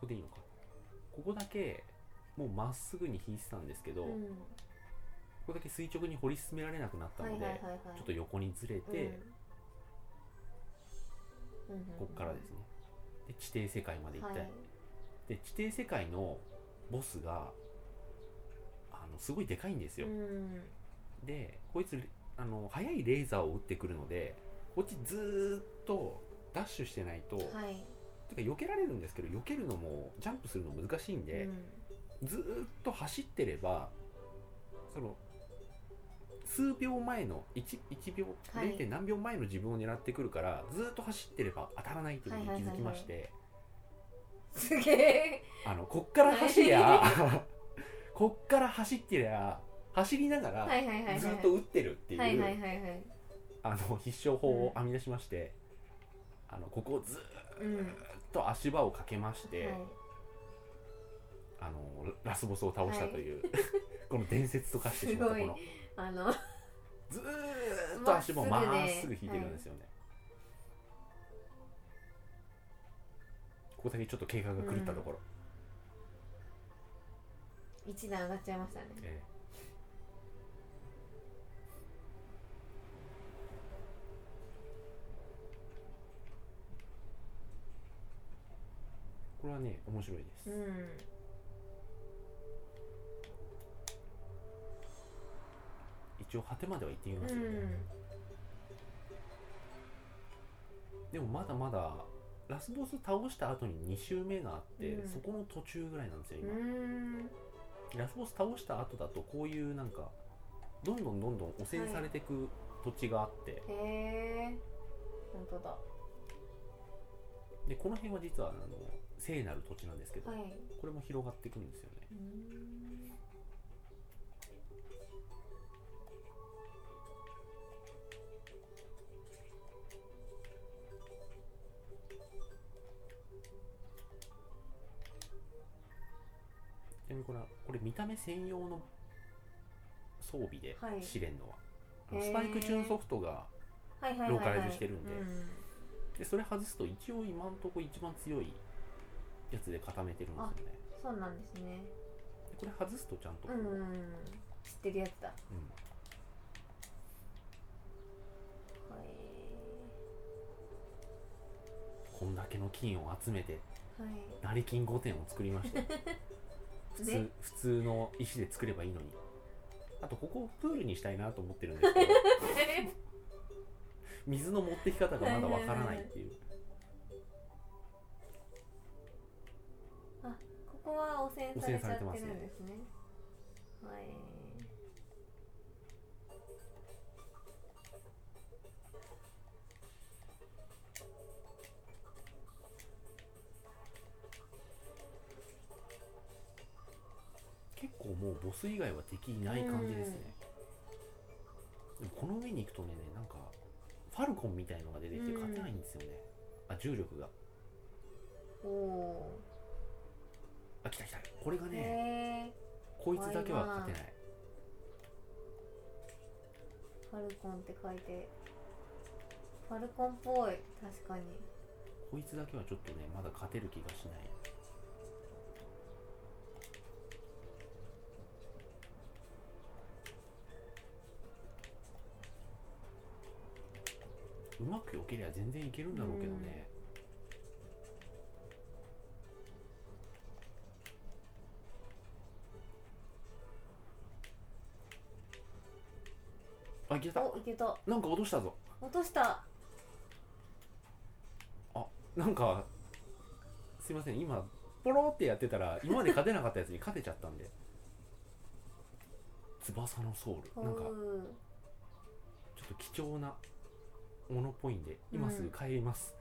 A: こでいいのかここだけもうまっすぐに引いてたんですけど、
B: うん
A: ここだけ垂直に掘り進められなくなったので、
B: はいはいはいはい
A: ちょっと横にずれて、
B: うんうんうん
A: ここからですねで地底世界まで行って、
B: はい
A: で地底世界のボスがあのすごいでかいんですよ、
B: うん
A: でこいつあの速いレーザーを撃ってくるのでこっちずーっとダッシュしてないと、
B: はい
A: てか避けられるんですけど避けるのもジャンプするの難しいんで、ずーっと走ってればその数秒前の 1, 1秒、
B: はい
A: 0. 何秒前の自分を狙ってくるからずーっと走ってれば当たらないということに気づきまして、
B: すげえ
A: あのこっから走りゃ、
B: は
A: こっから走ってりゃ走りながら
B: はいはいはいはい
A: ずっと撃ってるっていう、
B: はいはいはいはい
A: あの必勝法を編み出しまして、あのここをずーっ
B: うん
A: と足場をかけまして、
B: はい
A: あのラスボスを倒したという、 この伝説と化してし
B: す
A: まった
B: ご
A: こ
B: い
A: の
B: あの
A: ずーっと足場をまっすぐ引いてるんです
B: よ、
A: よね、ここだけちょっと計画が狂ったところ、
B: はい一段上がっちゃいましたね
A: ええこれはね面白いです
B: うん
A: 一応果てまでは行ってみます
B: う
A: よね、
B: ん
A: でもまだまだラスボス倒した後に2周目があって、
B: うん
A: そこの途中ぐらいなんですよ
B: う
A: 今、
B: ん
A: ラスボス倒した後だとこういうなんかどんどんどんどん汚染されていく土地があって、
B: へえ本当だ
A: でこの辺は実はあの聖なる土地なんですけど、
B: はい
A: これも広がっていくんですよね
B: うん
A: ちなみにこれはこれ見た目専用の装備で
B: はい
A: 試練のは、あの
B: へー
A: スパイクチューンソフトが
B: はいはいはいはい
A: ローカライズしてるんで,、
B: うん
A: でそれ外すと一応今んとこ一番強いやつで固めてるんですよ
B: あ
A: ね
B: そうなんですね
A: でこれ外すとちゃんと、
B: うんうんうん知ってるやつだ
A: うん
B: は
A: こんだけの金を集めて
B: いはい
A: 成金5点を作りま した普通、
B: ね
A: 普通の石で作ればいいのにあとここをプールにしたいなと思ってるんですけど 水の持ってき方がまだわからないっていう
B: あここは汚染されちゃってるんですねはい
A: 結構もうボス以外は敵いない感じですね、でもこの上に行くとねなんかファルコンみたいのが出てきて
B: うん
A: 勝てないんですよね、あ重力が
B: おお
A: あ来た来たこれが
B: ー
A: ね
B: へえ
A: こいつだけは勝てない
B: ファルコンって書いてファルコンっぽい確かに
A: こいつだけはちょっとねまだ勝てる気がしないうまく避けりゃ全然いけるんだろうけどね、あいけた
B: おいけた
A: なんか落としたぞ
B: 落とした
A: あなんかすいません今ポロってやってたら今まで勝てなかったやつに勝てちゃったんで 翼のソウルなんかちょっと貴重なものっぽいんで今すぐ帰ります、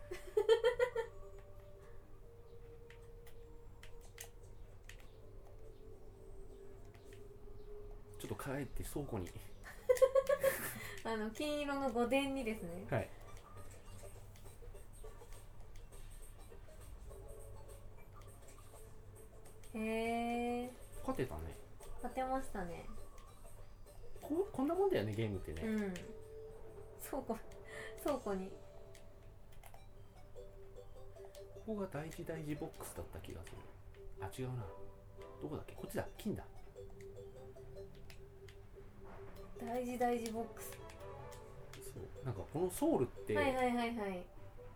A: 帰って倉庫に
B: あの金色の御殿にですね
A: はい
B: へえ
A: 勝てたね
B: 勝てましたね
A: ここんなもんだよねゲームってね、
B: うん倉庫倉庫に
A: ここが第一第一ボックスだった気がするあ違うなどこだっけこっちだ金だ
B: 大事大事ボックス
A: そうなんかこのソウルって
B: はいはいはいはい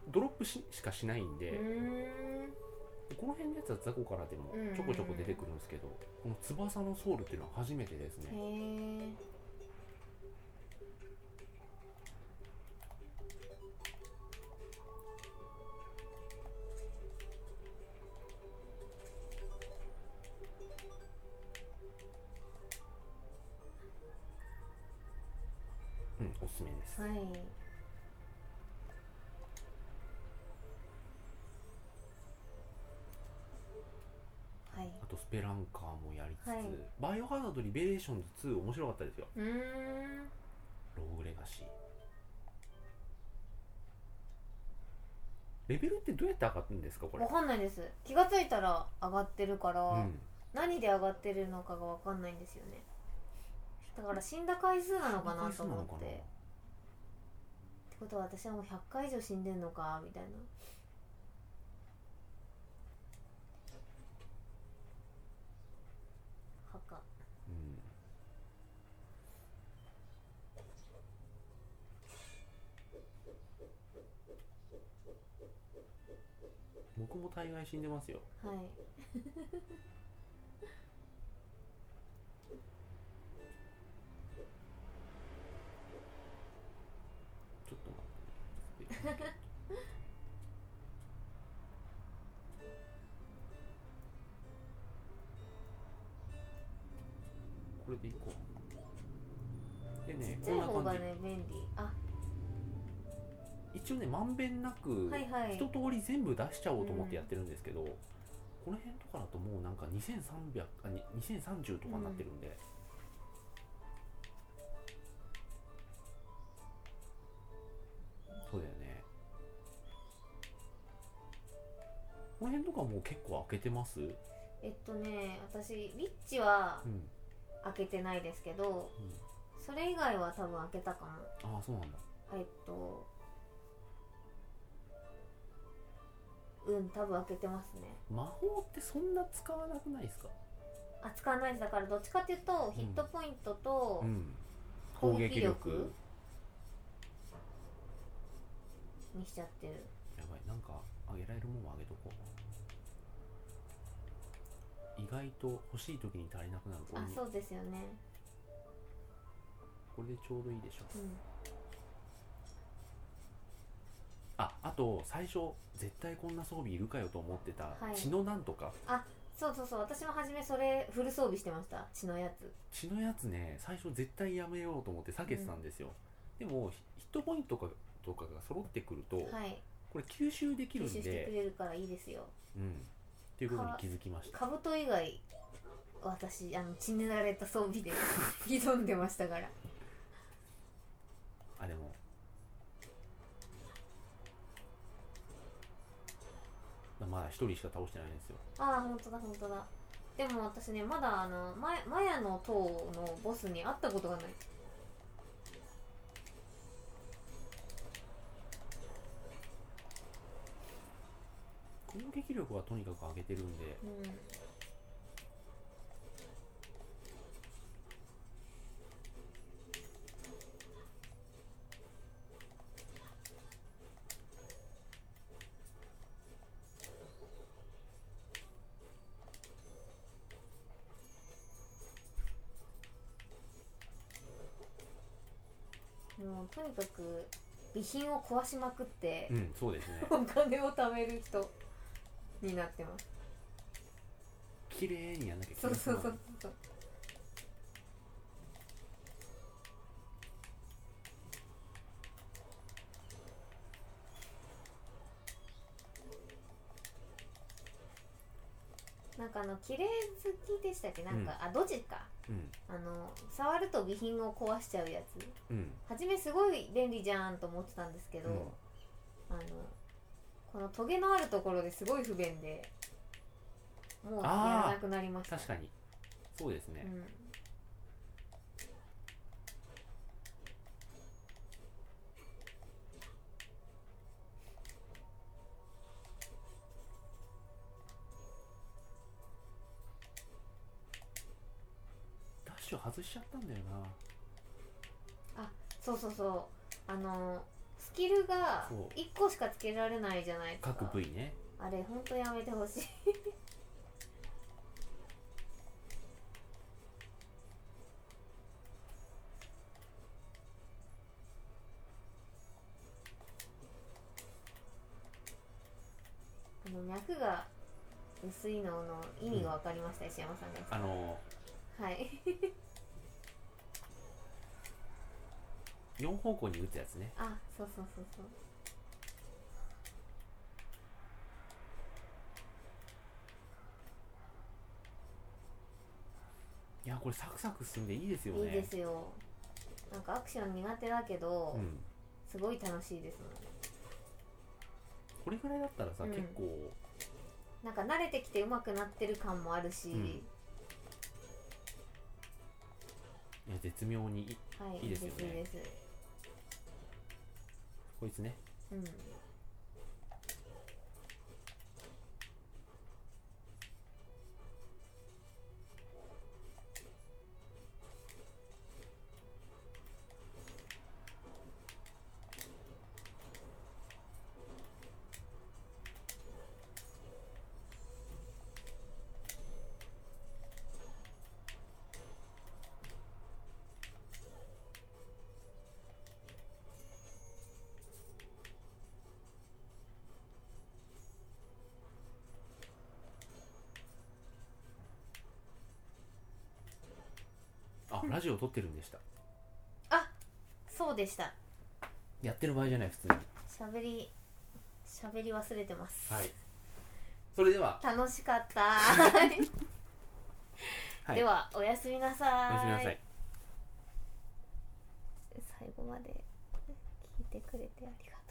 A: ドロップししかしないん
B: うー
A: で、
B: ん
A: この辺のやつは雑魚からでも
B: うんうん
A: ちょこちょこ出てくるんですけど、この翼のソウルっていうのは初めてです
B: へ
A: ね、
B: え
A: うん、おすすめです
B: はいはい
A: あとスペランカーもやりつつ、
B: はい
A: バイオハザードリベレーションズ2面白かったですよ
B: うーん
A: ローグレガシーレベルってどうやって上がるんですかこれ
B: わかんないです気がついたら上がってるから、
A: うん
B: 何で上がってるのかがわかんないんですよねだから死んだ回数なのかなと思ってってことは私はもう100回以上死んでんのかみたいな墓
A: うん僕も大概死んでますよ
B: はい
A: ちょっと待ってね これでいこうでね
B: ち
A: こ
B: っちゃ
A: ん
B: い
A: な
B: 方が
A: 感
B: ね便利あ
A: じ一応ねまんべんなく
B: はいはい
A: 一通り全部出しちゃおうと思ってやってるんですけど、この辺とかだともうなんか2300あに2030とかになってるんで、そうだよねこの辺とかもう結構開けてます
B: えっとね私リッチは
A: うん
B: 開けてないですけど、
A: うん
B: それ以外は多分開けたかな
A: ああそうなんだ
B: えっとうん多分開けてますね
A: 魔法ってそんな使わなくないですか
B: あ使わないですだからどっちかっていうとヒットポイントと
A: うん
B: 攻撃力にしちゃってる、
A: やばいなんかあげられるもんはあげとこう意外と欲しい時に足りなくなるこれ
B: あ
A: に
B: そうですよね
A: これでちょうどいいでしょ、
B: うん
A: ああと最初絶対こんな装備いるかよと思ってた、
B: はい
A: 血のなんとか
B: あそうそうそう私も初めそれフル装備してました血のやつ
A: 血のやつね最初絶対やめようと思って避けてたんですよ、でもヒヒットポイントとかとかが揃ってくると、
B: はい
A: これ吸収できる
B: 吸
A: ん
B: 収してく
A: で
B: れるからいいですよ
A: うんっていうことに気づきました
B: 兜以外私あの血塗られた装 備で挑んでましたから
A: あでもまだ一人しか倒してないんですよ
B: ああ本当だ本当だでも私ねまだあのマヤマヤの塔のボスに会ったことがない
A: 攻撃力はとにかく上げてるんで
B: うんもうとにかく備品を壊しまくって、
A: うんそうですね
B: お金を貯める人になってます
A: 綺麗にやんなきゃいけ
B: そ
A: な
B: う
A: い
B: そうそうそうなんかあの綺麗好きでしたっけなんか、あドジか
A: うん
B: あの触ると備品を壊しちゃうやつ
A: うん
B: 初めすごい便利じゃんと思ってたんですけど、
A: うん
B: あのこのトゲのあるところですごい不便でもうやらなくなりました
A: 確かにそうですね、
B: うん
A: ダッシュ外しちゃったんだよな
B: あそうそうそうあのスキルが
A: そう
B: 1個しかつけられないじゃないですか
A: 各部位ね
B: あれほんとやめてほしいあの脈が薄いのの意味が分かりました、石山さんが
A: あの
B: はい
A: 4方向に打つやつね
B: あそうそうそうそう
A: いやこれサクサク進んでいいですよね
B: いいですよなんかアクション苦手だけど、
A: うん
B: すごい楽しいですもん
A: これぐらいだったらさ、
B: うん
A: 結構
B: なんか慣れてきて上手くなってる感もあるし、
A: うんいや絶妙にい,、、
B: はいい
A: いですよね
B: いいですいいです
A: こいつね
B: うん
A: あラジオ撮ってるんでした
B: あそうでした
A: やってる場合じゃない普通に
B: 喋り喋り忘れてます
A: はいそれでは
B: 楽しかった、
A: はい
B: ではおやすみなさ
A: お
B: い
A: やすみなさい
B: 最後まで聞いてくれてありがとう